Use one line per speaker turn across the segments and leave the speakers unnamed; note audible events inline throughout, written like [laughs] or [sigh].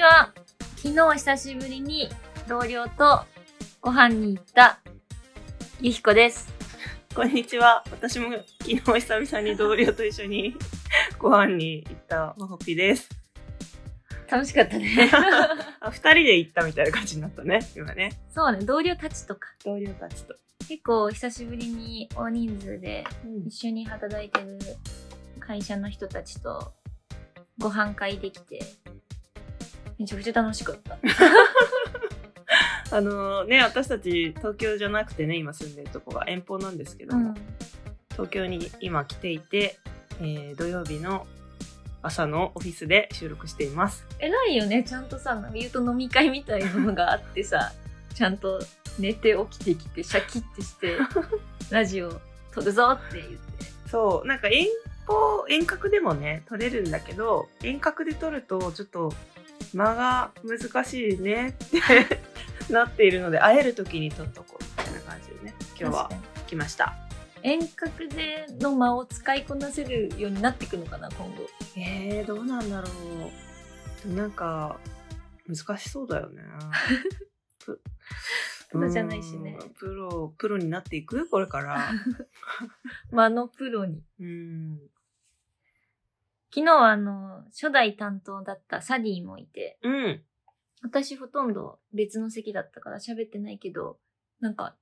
は、昨日久しぶりに同僚とご飯に行った、ゆひこです。
こんにちは。私も昨日久々に同僚と一緒に [laughs] ご飯に行ったまほぴです。
楽しかったね。
あ、二人で行ったみたいな感じになったね、今ね。
[laughs] そうね、同僚たちとか。
同僚たちと。
結構久しぶりに大人数で
うん。
一緒に働いてる会社の人たちとご飯会できて、めちゃくちゃ楽しかった。
あのね、私たち東京じゃなくてね、今住んでるとこが遠方なんですけども、東京に今来ていて、えー土曜日の朝のオフィスで収録しています。
偉いよね、ちゃんとさ、なんか言うと飲み会みたいなのがあって
[laughs]
さ、ちゃんと寝て起きてきて、シャキッて
[laughs]
して、ラジオ撮るぞって言って。
そう、なんか遠方、遠隔でもね、撮れるんだけど、遠隔で撮るとちょっと間が難しいねって [laughs] なっているので、会える時に撮っとこうみたいな感じでね、今日は
確か
来ました。
に遠隔での間を使いこなせるようになっていくのかな、今後。
えー、どうなんだろう。でもなんか、難しそうだ [laughs] よね。プ
プロじゃないしね
うんプロ、プロになっていくこれ [laughs] から。
間のプロに。
うん。
昨日はあの、初代担当だったサディもいて、
うん。
私ほとんど別の席だったから喋ってないけど、なんか、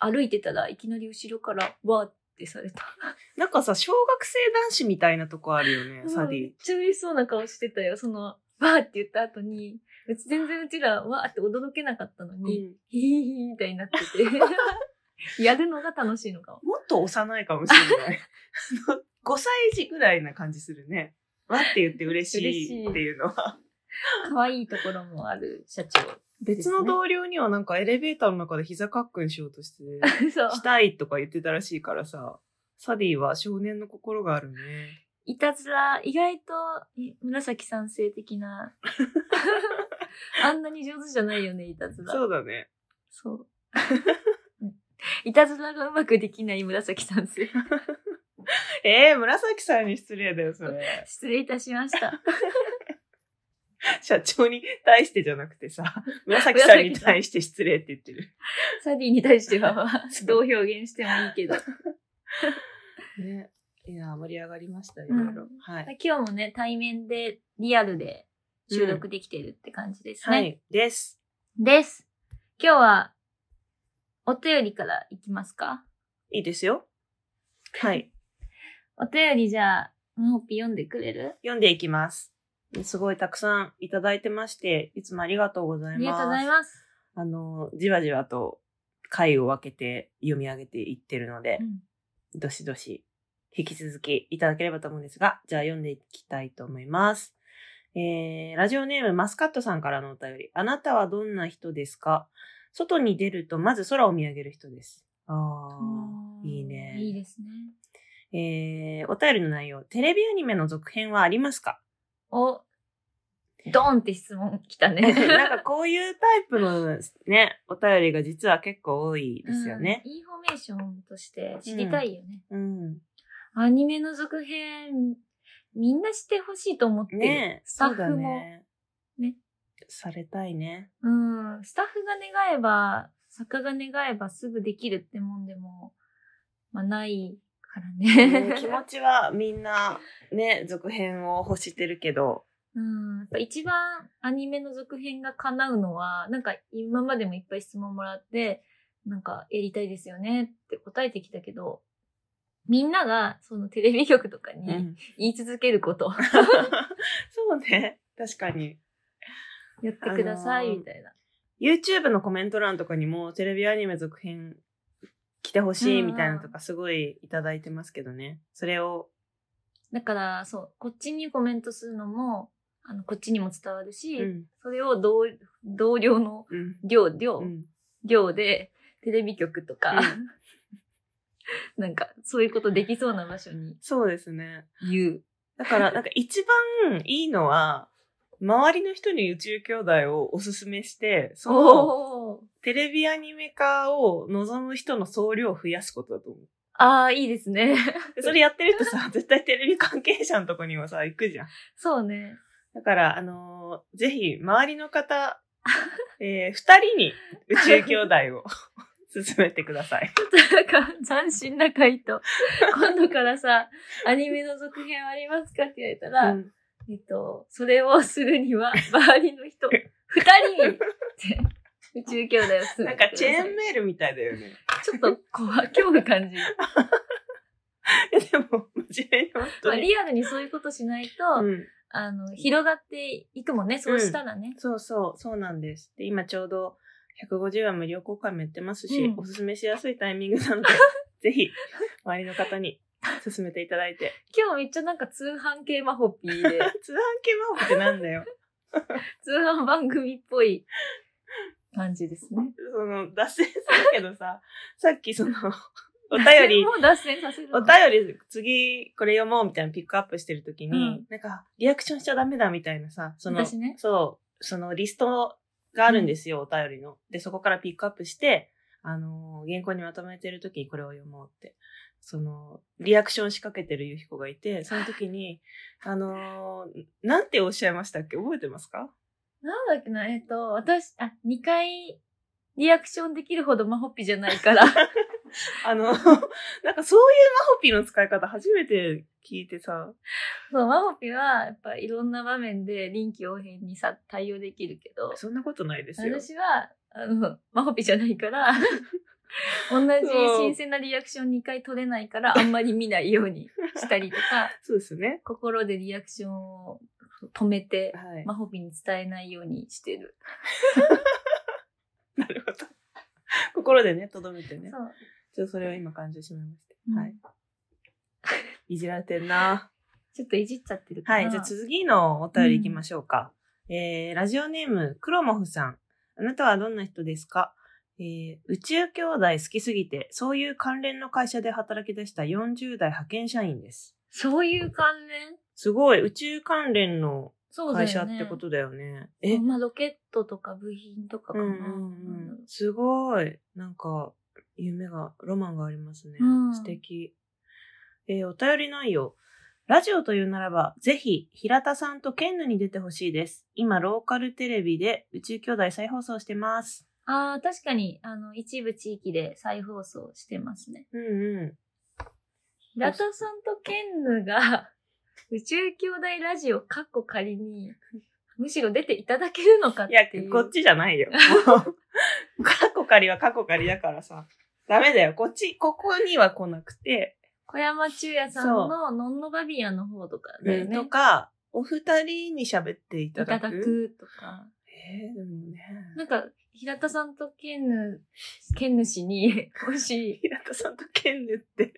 歩いてたらいきなり後ろからわーってされた。
なんかさ、小学生男子みたいなとこあるよね、サデ
うんめ
ィ
っ。ちゃ嬉しそうな顔してたよ。その、わーって言った後に、うち全然うちらわーって驚けなかったのに、
うん
ヒーヒーみたいになって [laughs] て。やるのが楽しいのかも。
もっと幼いかもしれない。 [laughs] あの5歳児ぐらいな感じするね。わって言って嬉しいっていうのは。
可愛いところもある社長。
別の同僚にはなんかエレベーターの中で膝かっくんしようと [laughs] して、
そう。
したいとか言ってたらしいからさ、サディは少年の心があるね。
いたずら、意外と、え紫賛成的な。あんなに上手じゃないよね、いたずら。
そうだね。
そう。 [laughs] いたずらがうまくできない紫賛成。
えー、紫さんに失礼だよ、そ [laughs] れ。
失礼いたしました。
社長に対してじゃなくて [laughs] さ、紫さんに対して失礼って言ってる。
サディに対しては、 [laughs] まあどう表現してもいいけど。
ね。いや、盛り上がりました、い
うん
は
[laughs]
い。
今日もね、対面で、リアルで収録できてるって感じですね。
はい。です。
です。今日は、お便りからいきますか
いいですよ。はい。
お便りじゃあ、ムホッピ読んでくれる
読んでいきます。すごいたくさんいただいてまして、いつもありがとうござ
あ
います。
りがとうございます。
あの、じわじわと回を分けて読み上げていってるので、
うん
どしどし引き続きいただければと思うんですが、じゃあ読んでいきたいと思います。えー、ラジオネームマスカットさんからのお便り。あなたはどんな人ですか外に出るとまず空を見上げる人です。ああ。いいね
いいですね。
えー、お便りの内容。テレビアニメの続編はありますか
お、ドーンって質問来た [laughs]
[laughs]
ね。
なんかこういうタイプのね、お便りが実は結構多いですよね。
うんインフォメーションとして知りたいよね。
うん。
アニメの続編、みんなしてほしいと思ってる。
ねえ、
スタッ
そうだ
フも。
ね。
ね。
されたい [laughs] ね。
うん、スタッフが願えば、作家が願えばすぐできるってもんでも、まあないから
ね
ね。
気持ちはみんな、ね、続編を欲してるけど。
[laughs] うん、やっぱ一番アニメの続編が叶うのは、なんか今までもいっぱい質問もらって、なんかやりたいですよねって答えてきたけど、みんながそのテレビ局とか
う
に
ん。 [laughs]
言い続けること、
そうね。確かに。
やってください
あのー
みたいな。
YouTube のコメント欄とかにもテレビアニメ続編来てほしいみたいなのとかすごいいただいてますけどね。それを、
だから、そう、こっちにコメントするのも、あの、こっちにも伝わるし、
うん。
それを同同僚の
うん。
寮、寮、
うん
寮でテレビ局とか、
う
[laughs] なんかそういうことできそうな場所に
そうですね。
言う。
だから、なんか一番いいのは、周りの人に宇宙兄弟をおすすめして、その
おー
テレビアニメ化を望む人の総量を増やすことだと思う。
ああ、いいですね。 [laughs]
でそれやってるとさ、絶対テレビ関係者のとこにもさ、行くじゃん。
そうね。
だから、あのーぜひ、周りの
[laughs]
方、えー、二人に宇宙兄弟を [laughs] 勧めてください。
ちょっとなんか斬新な回答。
[laughs]
今度からさ、アニメの続編ありますかって言われたら、
うん
えっと、それをするには、周りの人、二人にって、宇宙兄弟をする。
なんか、チェーンメールみたいだよね。
ちょっと怖、恐怖感じる。
いやでも、真面目に本
ま
当
あ、
に。
リアルにそういうことしないと、
うん、
あの、広がっていくもんね、そうしたらね。
そうそう、そうなんです。で、今ちょうど150話無料公開もやってますし、
うん
おすすめしやすいタイミング [laughs] なので、ぜひ、周りの方に勧めていただいて。
今日めっちゃなんか通販系マホピー
[laughs]
で、
通販系魔法ってなんだよ。
通販番組っぽい感じですね。
[laughs] その、脱線するけどさ、さっきその、お便り、
もう脱線させるの
お便り、次、これ読もうみたいなのピックアップしてるときに、
うん
なんか、リアクションしちゃダメだみたいなさ、その、
私ね
そう、そのリストがあるんですよ、お便りの。で、そこからピックアップして、あのー原稿にまとめてるときにこれを読もうって。その、リアクション仕掛けてるゆひこがいて、その時に、あのーなんておっしゃいましたっけ覚えてますか
なんだっけな、えっ、と、私、あ、2回リアクションできるほどマホピじゃない
[laughs]
から。
あの、なん [laughs] かそういうマホピの使い方初めて聞いてさ、
そう、マホピは、やっぱいろんな場面で臨機応変にさ、対応できるけど、
そんなことないですよ。
私は、あの、マホピじゃない
[laughs]
から、同じ新鮮なリアクション2回取れないから、あんまり見ないようにしたりとか、
[laughs] そうですよね。
心でリアクションを止めて、
はい。
マホピに伝えないようにしてる。
なるほど。心でね、とどめてね。
そう。
ちょっとそれを今感じてしまいました。
うん
はい。いじられてんな。
ちょっといじっちゃってるか
は
ら。
い。じゃあ次のお便り行きましょうか。えー、ラジオネーム、クロモフさん。あなたはどんな人ですかえー、宇宙兄弟好きすぎて、そういう関連の会社で働き出した40代派遣社員です。
そういう関連
すごい、宇宙関連の
そうだよ
会
ね。
社ってことだよね。
え、
え、
まあ、ロケットとか部品とかかな。
うんう
なんだ
んう
ろ
ん、すごい。なんか、夢が、ロマンがありますね。
うん
素敵。えーお便り内容。ラジオというならば、ぜひ、平田さんとケンヌに出てほしいです。今、ローカルテレビで宇宙兄弟再放送してます。
うああ、確かに、あの、一部地域で再放送してますね。
うんう
ラタさんとケンヌ
[laughs]
が、宇宙兄弟ラジオ、かっこ仮に、むしろ出ていただけるのかっ
ん。い
て
や
いう。、
こっちじ
[laughs]
ゃないよ。もう過去借りは過去借りだからさ。ダメだよ。こっち、ここには来なくて。
小山中也さんのノンノバビアの方とかだよね。
とか、お二人に喋っていた
いただ
だく。
くとか。
えー、でもね。
なんか、平田さんとケンヌ、ケンヌ氏に、 [laughs] もし、
平田さんとケンヌって。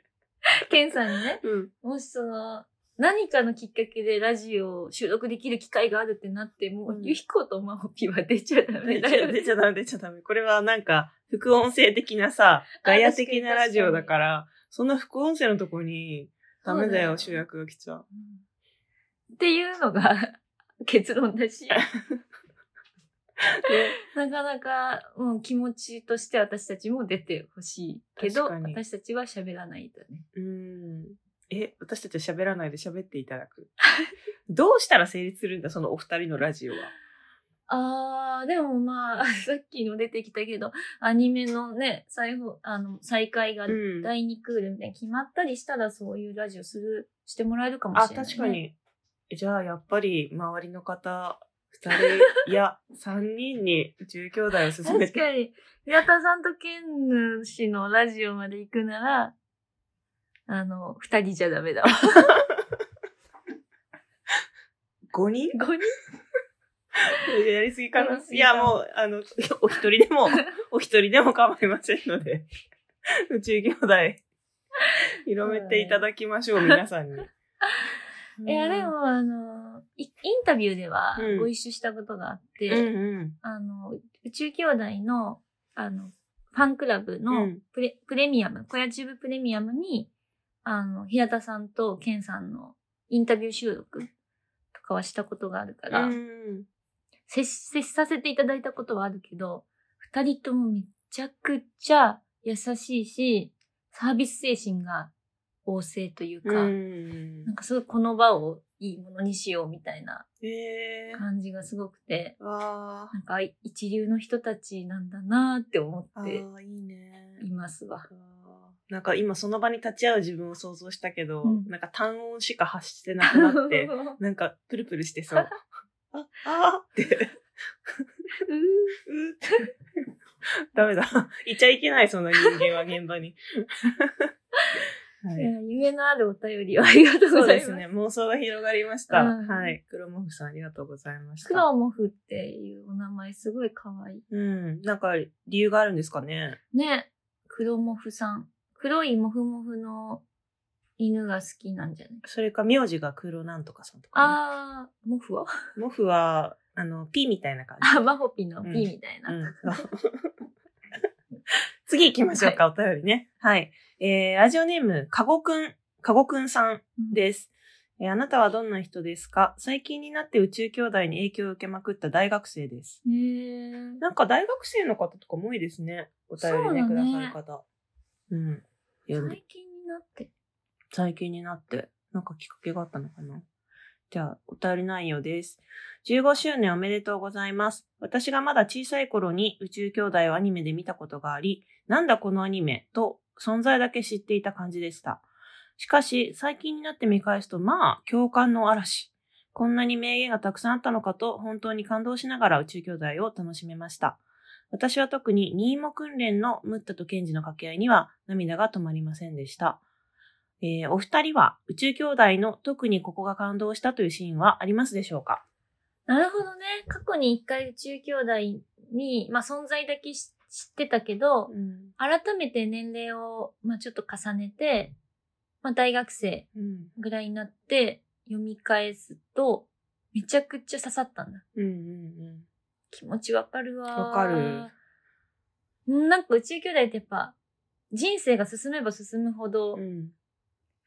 ケンさんにね、
うん。
もしその、何かのきっかけでラジオを収録できる機会があるってなっても、
うん
ユヒコとマホピは出ちゃダメ
出
だよ。
ちゃダメ、出ちゃダメ。これはなんか、副音声的なさ、ガヤ的なラジオだから、その副音声のとこに、ダメだよ、
そ
主
うだよ
役が来ちゃう。
うんっていうのが結論だ
[laughs]
し、なかなか、うん、気持ちとして私たちも出てほしいけど、
確かに
私たちは喋らないんだね。
うん。え、私たちは喋らないで喋っていただく。 [laughs] どうしたら成立するんだ、そのお二人のラジオは。
あー、でもまあ、 [laughs] さっきの出てきたけど、アニメのね、再放あの再開が
ん
第2クールみたいに決まったりしたら、そういうラジオする、してもらえるかも
あ、
しれない、ね。
確か。に。じゃあ、やっぱり、周りの方、二 [laughs] 人、いや、三人に、中兄弟を勧め
確
て。
かに。宮田さんとケンヌ氏のラジオまで行くなら、あの、二人じゃダメだわ。
五人
五人
やりすぎか
や
な
りす
い
ぎか
や、
も
もう、あの、 [laughs] お一人で [laughs] も、お一人でも構いませんので、宇宙兄弟、広めていただきましょう、皆さん [laughs] に。
[laughs] いや、で、も、あの、いインタビューでは
うん
ご一緒したことがあって、
うんうん。
あの、宇宙兄弟の、あの、ファンクラブ
う
の
ん
プレ,、プレミアム、小屋チューブプレミアムに、あの、平田さんとケンさんのインタビュー収録とかはしたことがあるから、
うん
接し、接させていただいたことはあるけど、二人ともめちゃくちゃ優しいし、サービス精神が旺盛というか、
うん
なんかそうこの場をいいいものにしようみたいな
ええ
感じがすごくて、
わ
なんか一流の人たちなんだなって思
あ。あ
って
ーいいね。
いますわ。
あーなんか今その場に立ち会う自分を想像したけど、
うん
なんか単音しか発してなく
[laughs]
な [laughs] って、なんかプルプルして [laughs] そう。あ、あーって。うーって [laughs] ダメだ。いちゃいけない、その人間は現場に。は
[laughs]
いい、
や夢のあるお便りをありがとうご
そう
ざい
で
ます。
すね。妄想が広がりました。
うん
はい。黒モフさん、ありがとうございまし
ク
た。
ロモフっていうお名前すごい可愛い。
うん。なんか、理由があるんですかね。
ね、黒モフさん。黒いモフモフの犬が好きなんじゃない
それか、名字が黒なんとかさんとか、ね。
あー、モフは
モフは、あの、ピみたいな感
[laughs]
じ。
あ、マホピのピみたいな。
うん [laughs] そう次行きましょうか、お便りね。はい。えー、ラジオネーム、かごくん、かごくんさんです。えーあなたはどんな人ですか最近になって宇宙兄弟に影響を受けまくった大学生です。
へー
なんか大学生の方とかも多いですね。お便り
そ
ね、
うだ
くだ
ね
さる方。うん。読んで
最近になって。
最近になって、なんかきっかけがあったのかな。じゃあ、お便り内容です。15周年おめでとうございます。私がまだ小さい頃に宇宙兄弟をアニメで見たことがあり、なんだこのアニメと存在だけ知っていた感じでした。しかし、最近になって見返すと、まあ、共感の嵐。こんなに名言がたくさんあったのかと、本当に感動しながら宇宙兄弟を楽しめました。私は特に、ニーモ訓練のムッタとケンジの掛け合いには涙が止まりませんでした。えーお二人は宇宙兄弟の特にここが感動したというシーンはありますでしょうか
なるほどね。過去に一回宇宙兄弟に、まあ存在だけし知ってたけど、
ん。
改めて年齢を、まあちょっと重ねて、まあ大学生
うん。
ぐらいになって読み返すと、めちゃくちゃ刺さったんだ。
うん。うん。
気持ちわかるわ。
わかる。
なんか宇宙兄弟ってやっぱ、人生が進めば進むほど
うん。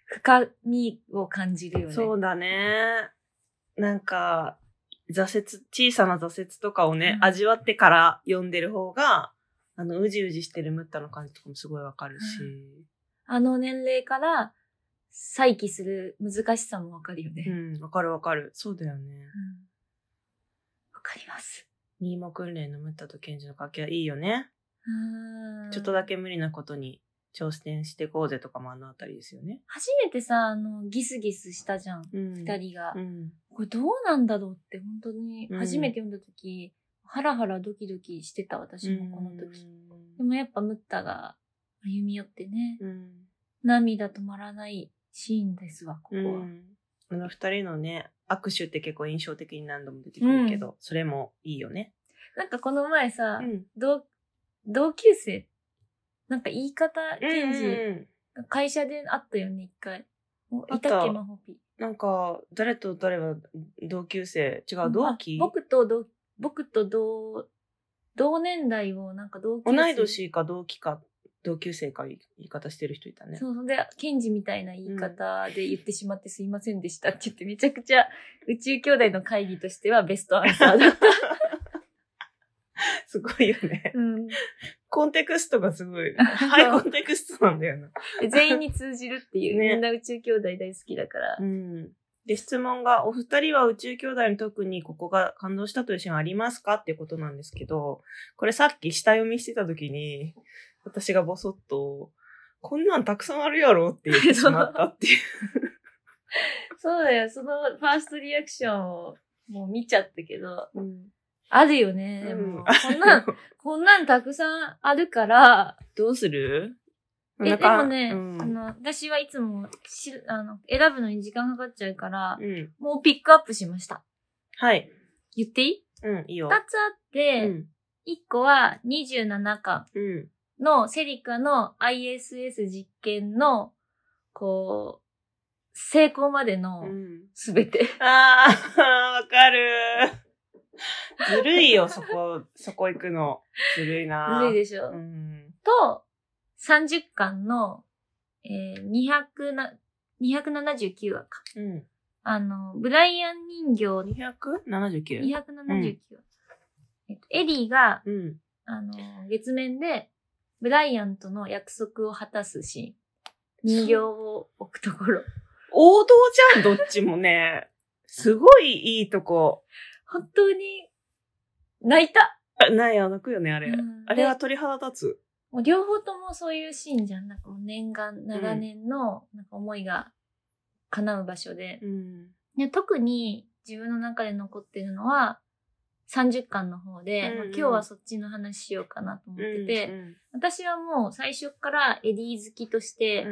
深みを感じるよね。
そうだね。なんか、挫折、小さな挫折とかをね、
うん
味わってから読んでる方が、あの、うじうじしてるムッタの感じとかもすごいわかるし。
あの年齢から再起する難しさもわかるよね。
う
うん
ん、わかるわかる。そうだよね。
わかります。
ニーモ訓練のムッタとケンジの掛け合いいいよね。
うん
ちょっとだ。け無理なことに挑戦してこうぜとかもあのあたりですよね。
初めてさ、あの、ギスギスしたじゃん。
うん。
二、人が、
うん。
これどうなんだろうって本当に
うん
初めて読んだ時、ハラハラドキドキしてた私もこの時。でもやっぱムッタが歩み寄ってね、
うん。
涙止まらないシーンですわ、ここ
う
は。
ん。あの二人のね、握手って結構印象的に何度も出てくるけど、それもいいよね。
なんかこの前さ、
ん。
同同級生、なんか言い方、ケンジ、
うん。
会社であったよね、一回。お
あ
い
った
たっけ、マホピ。
なんか、誰と誰は同級生、違う、同期
あ僕と同、僕と同、同年代をなんか同級
同
生。
い。年か同期か、同級生か言い方してる人いたね。
そうそう。で、ケンジみたいな言い方で言ってしまってすいませんでしたって言って、めちゃくちゃ宇宙兄弟の会議としてはベストアンサーだった。 [laughs]
すごいよね。
うん
コンテクストがす
[laughs]
ごい。はい、コンテクストなんだよな。
で全員に通じるっていう、
ね
みんな宇宙兄弟大好きだから
う。ん。で、質問が、お二人は宇宙兄弟に特にここが感動したというシーンはありますかっていうことなんですけど、これさっき下読みしてた時に、私がボソッと、こんなんたくさんあるやろって言ってしまったっていう。
そうだよ、そのファーストリアクションをも [laughs] う見ちゃったけど、
うん、
あるよね。で
うん
もこん [laughs] なん、こんなんたくさんあるから、
どうする
え、で
なんか
もね、
うん
あの、私はいつもし、あの、選ぶのに時間かかっちゃうから、
うん。
もうピックアップしました。
はい。
言っていい
うん、いいよ
二つ。あっ
う
て、
ん。
一個は27巻
うん。
のセリカの ISS 実験の、こう、成功までの
うん。
すべて。
あー、 [laughs] わかる。ずるいよ、そこ、そこ行くの。ずるいな
ずるいでしょ。
うん。
と、30巻の、えー、200な、279話か。
うん。
あの、ブライアン人形
279?
279話。えっと、エリーが、
うん。
あの、月面で、ブライアンとの約束を果たすシーン。人形を置くところ。
王道じゃん、どっちもね。 [laughs] すごいいいとこ。
本当に、泣いた。
あないや、泣くよね、あれ。
うん
あれは鳥肌立
もう両方ともそういうシーンじゃん。なんかもう念願、長年のなんか思いが叶う場所で
つ。。うん。
で特に自分の中で残ってるのは、30巻の方で、
うんうん
まあ今日はそっちの話しようかなと思ってて、
うん
私はもう最初からエディ好きとして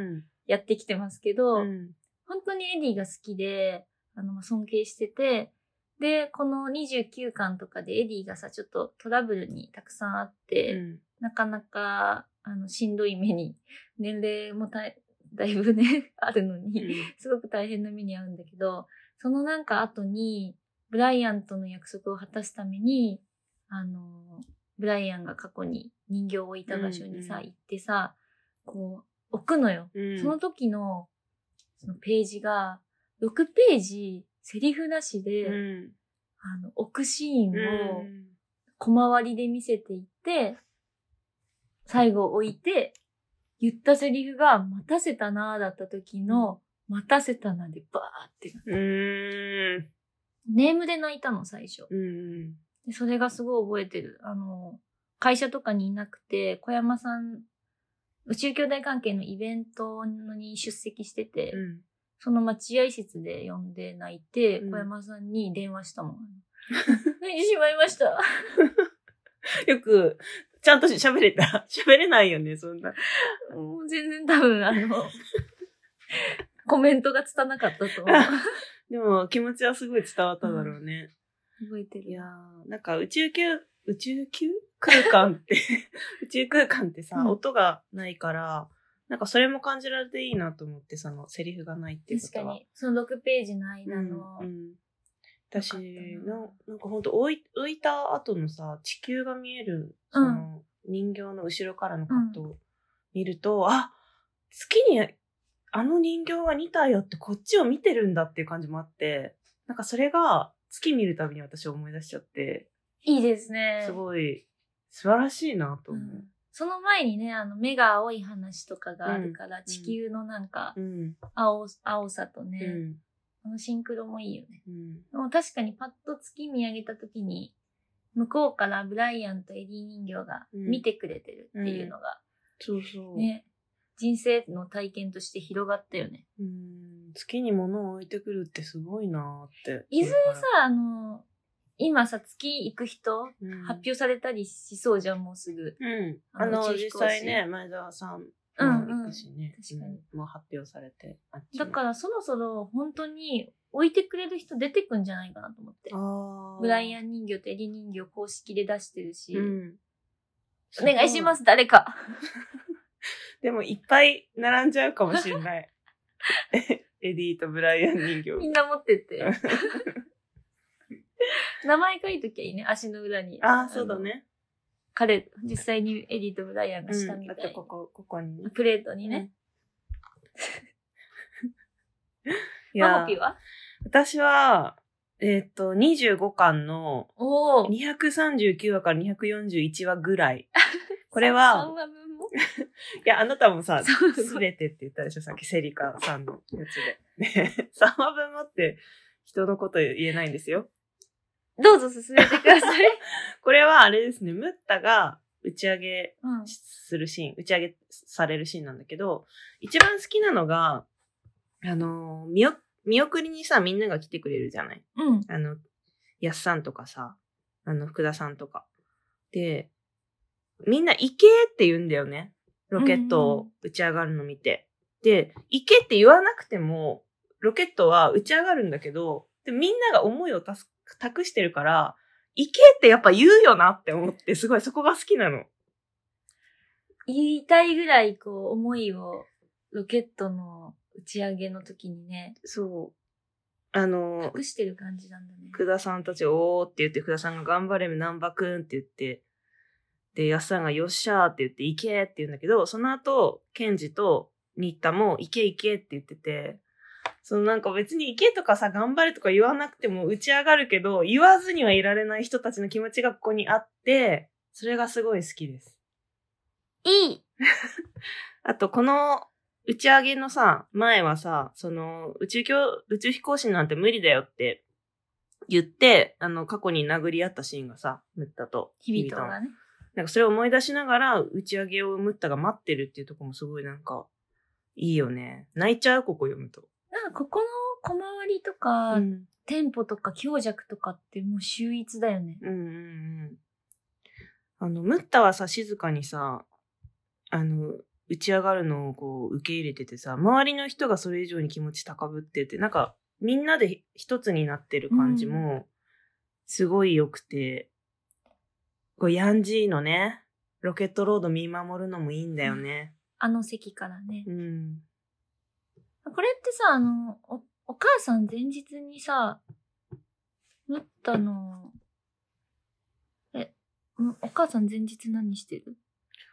やってきてますけど、
うん。
本当にエディが好きで、あの、まあ尊敬してて、で、この29巻とかでエディがさ、ちょっとトラブルにたくさんあって、
うん。
なかなか、あの、しんどい目に、年齢もたいだいぶね、 [laughs] あるのに、すごく大変な目に遭うんだけど、そのなんか後に、ブライアンとの約束を果たすために、あの、ブライアンが過去に人形を置いた場所にさ、
うんうん
行ってさ、こう、置くのよ。
うん
その時の、そのページが、6ページ、セリフなしで、
うん。
あの、置くシーン
う
を、
ん
小回りで見せていって、最後置いて、言ったセリフが、待たせたなーだった時の、待たせたなでバーって。
うん。
ネームで泣いたの、最初。
うん。
でそれがすごい覚えてる。あの、会社とかにいなくて、小山さん、宇宙兄弟関係のイベントに出席してて、
うん
その待合室で呼んで泣いて、
うん
小山さんに電話した
[laughs]
もん。泣いてしまいました。
よく、ちゃんと喋れた。 [laughs] 喋れないよね、そんな。
もう全然多分、あ
[laughs]
の、コメントがつたなかったと思う。
でも、気持ちはすごい伝わっただろうね。
覚えてる。
いやー、なんか宇宙級、宇宙級空間って、 [laughs] 宇宙空間ってさ、
うん
音がないから、なんかそれも感じられていいなと思って、そのセリフがないっていうこ
確
と
か
は。
に、その6ページの間の、
うんうん、私
よかったな
ななんかほんと置い置いた後のさ地球が見えるその人形の後ろからのカットを見ると、あ月にあの人形が2体あってこっちを見てるんだっていう感じもあってなんかそれが月見るたびに私思い出しちゃって
いいですね。
すごい素晴らしいなと
う
思
んその前にね、あの、目が青い話とかがあるから、地球のなんか
う。、うん
青、青さと
う
ね、
ん
このシンクロもいいよね。
うん
でも確かにパッと月見上げた時に、向こうからブライアンとエディ人形が
うん
見てくれてるっていうのが、
そうそう、
ね、人生の体験として広がったよね。
うん月に物を置いてくるってすごいなーって
いずれさ、あの、今さ、月行く人、
うん
発表されたりしそうじゃん、もうすぐ。
うん。
あ
あ
の宇
の、
宙飛
実
行士
際ね、前澤さんも
うんうん
行くしね。
確かに
うんもう発表されて。あっちも
だからそろそろ本当に置いてくれる人出てくんじゃないかなと思って。
あ
ブライア
ン
ン人形とエリ人形公式で出してるし。
うん。。
お願いしますす、誰か。
でも、いっぱい並んじゃうかもしれ
[laughs]
ない。エディとブライアン人形。
みんな持ってって。 [laughs] 名前書いときゃいいね、足の裏に。
ああ、そうだ。ね。
彼、実際にエリとブライアンが
う
した
ん。
み
あ
たい
と、ここ、ここに
な。
ね。
プレートにね。
い
マ
や
ホピ、は
私は、えーっと、25巻の
おお。
239話から241話ぐ
[laughs]
らい。これは
3話分も
いや、あなたもさ、
そう
すべてって言ったでしょ、さっきセリカさんのやつで。 [laughs] ね、3話分もって人のこと言えないんですよ。
どうぞ進めてください。
これはあれですね、ムッタが打ち上げ
うん。
するシーン、打ち上げされるシーンなんだけど、一番好きなのが、あのー見お、見送りにさ、みんなが来てくれるじゃない
うん。
あの、やっさんとかさ、あの、福田さんとか。で、みんな行けって言うんだよね。ロケットを打ち上がるの見て。で、行けって言わなくても、ロケットは打ち上がるんだけど、でみんなが思いをたす託してるから、行けってやっぱ言うよなって思って、すごいそこが好きなの。
言いたいぐらい、こう、思いを、ロケットの打ち上げの時にね、
そう。あの、
隠してる感じなんだね。
福田さんたち、おーって言って、福田さんが頑張れ、難波くんって言って、で、安さんがよっしゃーって言って、行けって言うんだけど、その後、ケンジと新田も、行け行けって言ってて、そのなんか別に行けとかさ、頑張れとか言わなくても打ち上がるけど、言わずにはいられない人たちの気持ちがここにあって、それがすごい好きです。
いい
あと、この打ち上げのさ、前はさ、その、宇宙教、宇宙飛行士なんて無理だよって言って、あの、過去に殴り合ったシーンがさ、ムッタと
日々
々
と
の
がね。
なんかそれを思い出しながら打ち上げをムッタが待ってるっていうところもすごいなんか、いいよね。泣いちゃう、ここ読むと。
なんかここの小回りとか、
うん。
テンポとか強弱とかってもう秀逸だよね。
うんうんうん。あの、ムッタはさ、静かにさ、あの、打ち上がるのをこう受け入れててさ、周りの人がそれ以上に気持ち高ぶってて、なんか、みんなで一つになってる感じも、すごい良くて、こう、ヤンジーのね、ロケットロード見守るのもいいんだよね。
あの席からね。
うん。
これってさ、あの、お、お母さん前日にさ、ムッタの、え、んお母さん前日何してる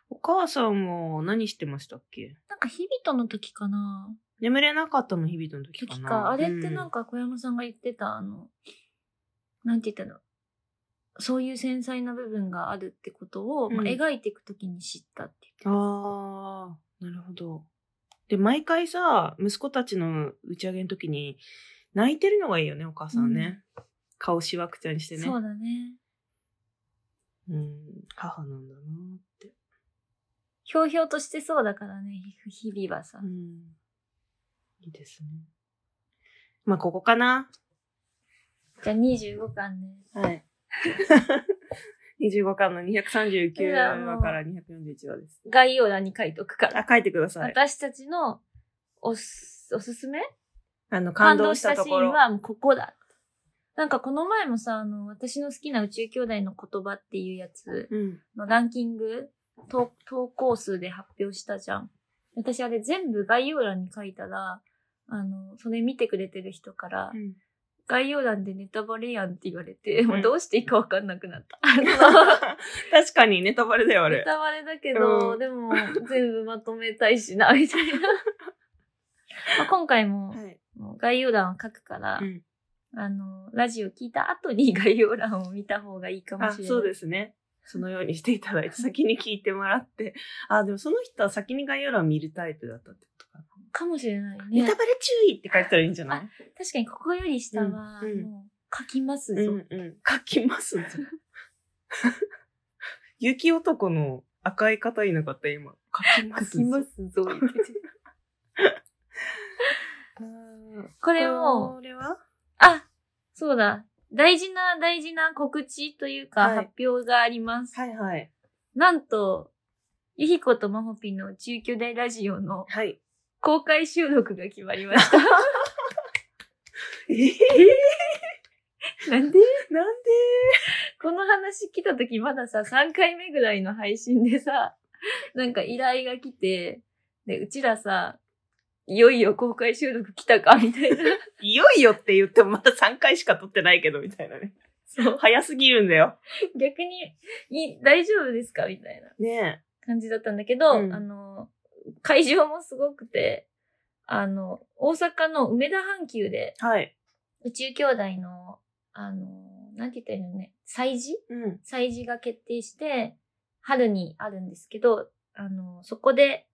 お母さんも何してましたっけ
なんか日々との時かな
眠れなかったの日々の時か
時
な。
か。あれってなん
か、
か小山さんが言ってた、あの、なんて言ったのそういう繊細な部分があるってことを、まあ
うん
描いていく時に知ったっていう。
ああ、なるほど。で、毎回さ、息子たちの打ち上げの時に、泣いてるのがいいよね、お母さんね。顔しわくちゃにしてね。
そうだね。
うん、母なんだなって。
ひょうひょうとしてそうだからね、ひ日々はさ
う。ん。いいですね。まあ、ここかな。
じゃあ25巻ね。
[laughs] はい。25巻の239話から241話です。
概要欄に書いとくから。
あ、書いてください。
私たちのおすおすすめ
あの、感動したと
感動
こ
シーン
ろ。
はもうここだ。なんかこの前もさ、あの、私の好きな宇宙兄弟の言葉っていうやつ
うん。
のランキング、投投稿数で発表したじゃん。私あれ全部概要欄に書いたら、あの、それ見てくれてる人から、
うん
概要欄でネタバレやんって言われて、もううんどうしていいかわかんなくな
[laughs]
った。
[laughs] 確かにネタバレだよ、あ
ネ
れ。
タバレだけど、
うん
でも全部まとめたいしな、みたい
[laughs]
な。まあ今回も
はい。
もう概要欄を書くから、
うん。
あの、ラジオ聞いた後に概要欄を見た方がいいかも
あ
しれない。
そうですね。そのようにしていただいて、先に聞いてもらって。 [laughs] あ、でもその人は先に概要欄を見るタイプだったってことかな。
かもしれない
ネ
ね。
タバレ注意って書いてたらいいんじゃない
確かにここより下は、
うんうん
もう書きます
う
ぞ。
んうん。書
[laughs]
きますぞ。雪男の赤い方いなかった今。書きます
書きますぞ。
[laughs]
言っててこ
こ
れも、
これは
あ、そうだ。大事な大事な告知というか、
はい
発表があります。
はいはい。
なんと、ゆひことまほぴの宇宙巨大ラジオの [laughs]
はい。
公開収録が決まりました。
えー、
なんで [laughs]
なんで
この話来た時まださ、3回目ぐらいの配信でさ、なんか依頼が来て、で、うちらさ、いよいよ公開収録来たかみ
[laughs]
たいな。
いよいよって言ってもまだ3回しか撮ってないけど、みたいなね。
そう。
早すぎるんだよ。
逆に、い大丈夫ですかみたいな
ね
感じだったんだけど、
うん
あの、会場もすごくて、あの、大阪の梅田阪急で、
え。はい。
宇宙兄弟の、あの、なんて言ったらいいのね、祭事
うん。
催事が決定して、春にあるんですけど、あの、そこで、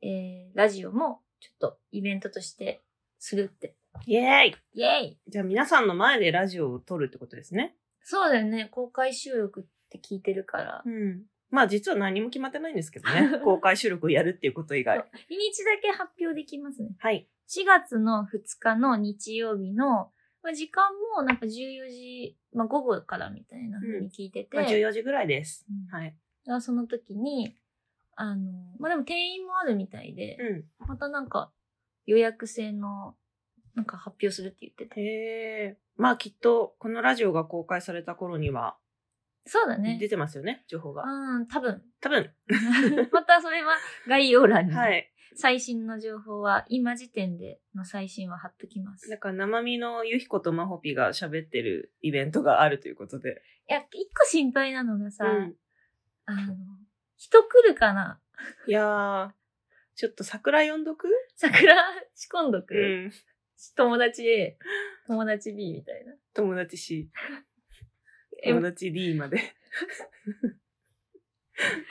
えー、ラジオもちょっとイベントとしてするって。
イェーイ
イェイ
じゃあ皆さんの前でラジオを撮るってことですね。
そうだよね。公開収録って聞いてるから。
うん。まあ実は何も決まってないんですけ
[laughs]
どね。公開収録をやるっていうこと以
そ
外
う。日にちだけ発表できますね。
はい。
4月の2日の日曜日の、まあ、時間もなんか14時、まあ、午後からみたいな風に聞いてて、
まあ14時ぐらいです。
うん
はい。
がその時に、あの、まあ、でも定員もあるみたいで、
う
またなんか予約制のなんか発表するって言ってた。
ん。へえ。まあきっと、このラジオが公開された頃には
そうだね
出。てますよね、情報が。
うん、多分。
多分。
[laughs] またそれは概要欄に。
はい。
最新の情報は今時点での最新は貼っときます。
だ
い
から生身のゆひことまほぴが喋ってるイベントがあるということで。
や、一個心配なのがさ、
うん。
あの、人来るかない
やー、ちょっと桜読んどく
桜仕込んどく、
うん。
友達 A、友達 B みたいな。
友達 C、
え
友達 D
[laughs]
まで。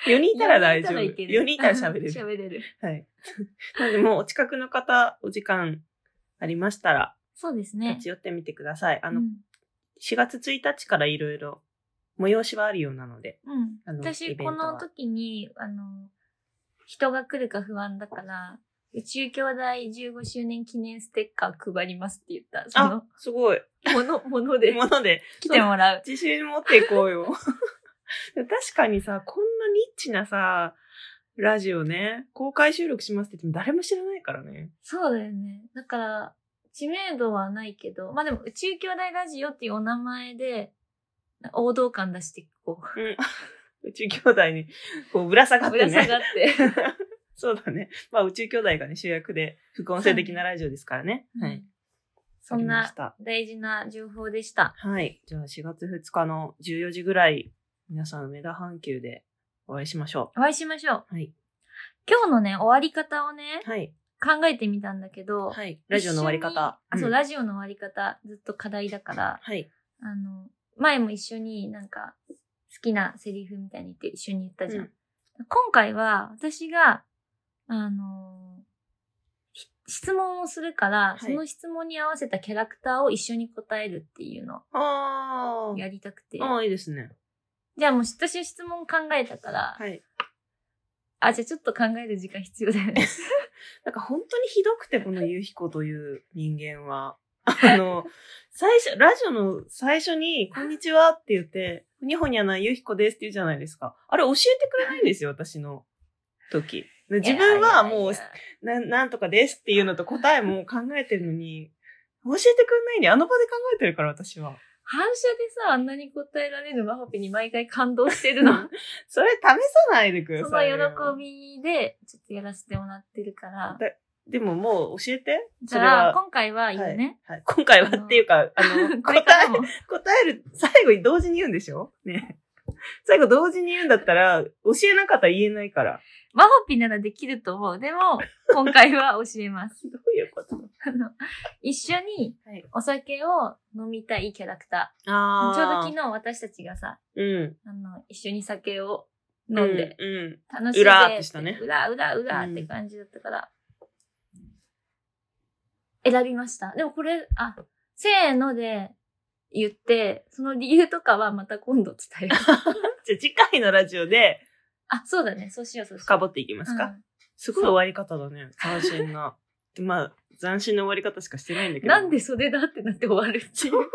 4人いたら大丈夫。
四人いたらいける
4人いたら喋れる。
喋れる。
はい。 [laughs] なので、もうお近くの方、お時間ありましたら、
そうです
立
ね
ち。寄ってみてください。あ
う
の、
ん
4月1日からいろいろ催しはあるようなので。
うん
あのイ
私、
ベント
こ
は
の時に、あの、人が来るか不安だから、宇宙兄弟15周年記念ステッカー配りますって言った。そ
あ
の、、
すごい。
もの、 [laughs] もので
もので、
来てもらう。
自信持っていこうよ。 [laughs] でも確かにさ、こんなニッチなさ、ラジオね、公開収録しますって言っても誰も知らないからね。
そうだよね。だから、知名度はないけど、まあでも、宇宙兄弟ラジオっていうお名前で、王道感出していこう。
[laughs] 宇宙兄弟に、こう、ぶら下がっ
ぶ
て
ら下
ね。
がって。
そうだね。まあ、宇宙兄弟がね、主役で、副音声的なラジオですからね。 [laughs] はい。
そん
わかりま
な
した
大事な情報でした。
はい。じゃあ、4月2日の14時ぐらい、皆さん、梅田阪急でお会いしましょ
お会いしましょう。
う。はい。
今日のね、終わり方をね、
はい。
考えてみたんだけど、
はい。ラジオの終わり方。
一緒にあ、そう、
ん
ラジオの終わり方、ずっと課題だから、
はい。
あの、前も一緒になんか、好きなセリフみたいに言って一緒に言ったじゃん。
うん
今回は、私が、あのひ質問をするから、
い
その質問に合わせたキャラクターを一緒に答えるっていうの
あ
を
ー
やりたくて。
あー、いいですね。
じゃあもう私質問考えたから、
はい。
あ、じゃあちょっと考える時間必要だよね。
なんか本当にひどくて、このゆうひこという人間
[laughs]
は。あの、最初、ラジオの最初に、こんにちはって言って、ふにゃほにゃなゆうひこですって言うじゃないですか。あれ教えてくれないんですよ、私の時。で自分はもう
[laughs] いやいやいや
な、なんとかですっていうのと答えも考えてるのに、教えてくれないね。あの場で考えてるから、私は。
反射でさ、あんなに答えられるマホピに毎回感動してるの。
それ試さないでくだ
その
さいよ。
喜びで、ちょっとやらせてもらってるから。
だでももう教えて。
じゃあ、今回はいいよね。
はい。はい今回は
あの
っていうか、
[laughs]
あの、
こ
答
れ
え
から、も。
答える、最後に同時に言うんでしょね。最後同時に言うんだったら、教えなかったら言えないから。
マホピならできると思う。でも、今回は教え
[laughs]
ます。
どういうこと
あの、一緒に
はい
お酒を飲みたいキャラクター。
あ
ちょうど昨
う
日私たちがさ、
うん。
あの、一緒に酒を飲んで、
ううん。
楽しんで、
うらーっとしたね
うらうらうらって感じだったから、選びました。でもこれ、あ、せーので言って、その理由とかはまた今度伝える。
[laughs] じゃあ次回のラジオで
あ、そうだね。そうしよう、そうしよう。
深掘っていきますか。
う
すごい終わり方だね。斬新な。まあ、斬新な終わり方しかしてないんだけ
ん
ど。
なんで袖だってなって終わるっていう。 [laughs]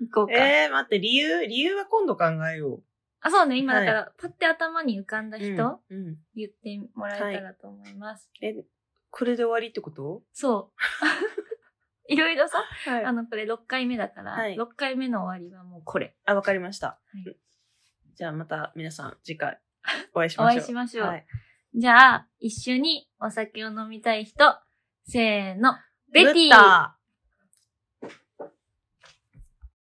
行こうか。
えー、待って、理由、理由は今度考えよう。
あ、そうね。今
はい
だから、パッて頭に浮かんだ人、
うん、うん。
言ってもらえたらと思います。
え、これで終わりってこと
そう。い [laughs] ろいろさ、
はい
あの、これ6回目だから、
はい
6回目の終わりはもうこれ。
あ、わかりました。
はい
じゃあまた皆さん次回お会いし
お
ましょう。
会いしましょう。
はい
じゃあ、一緒にお酒を飲みたい人、せーの、ベティ
ブッダ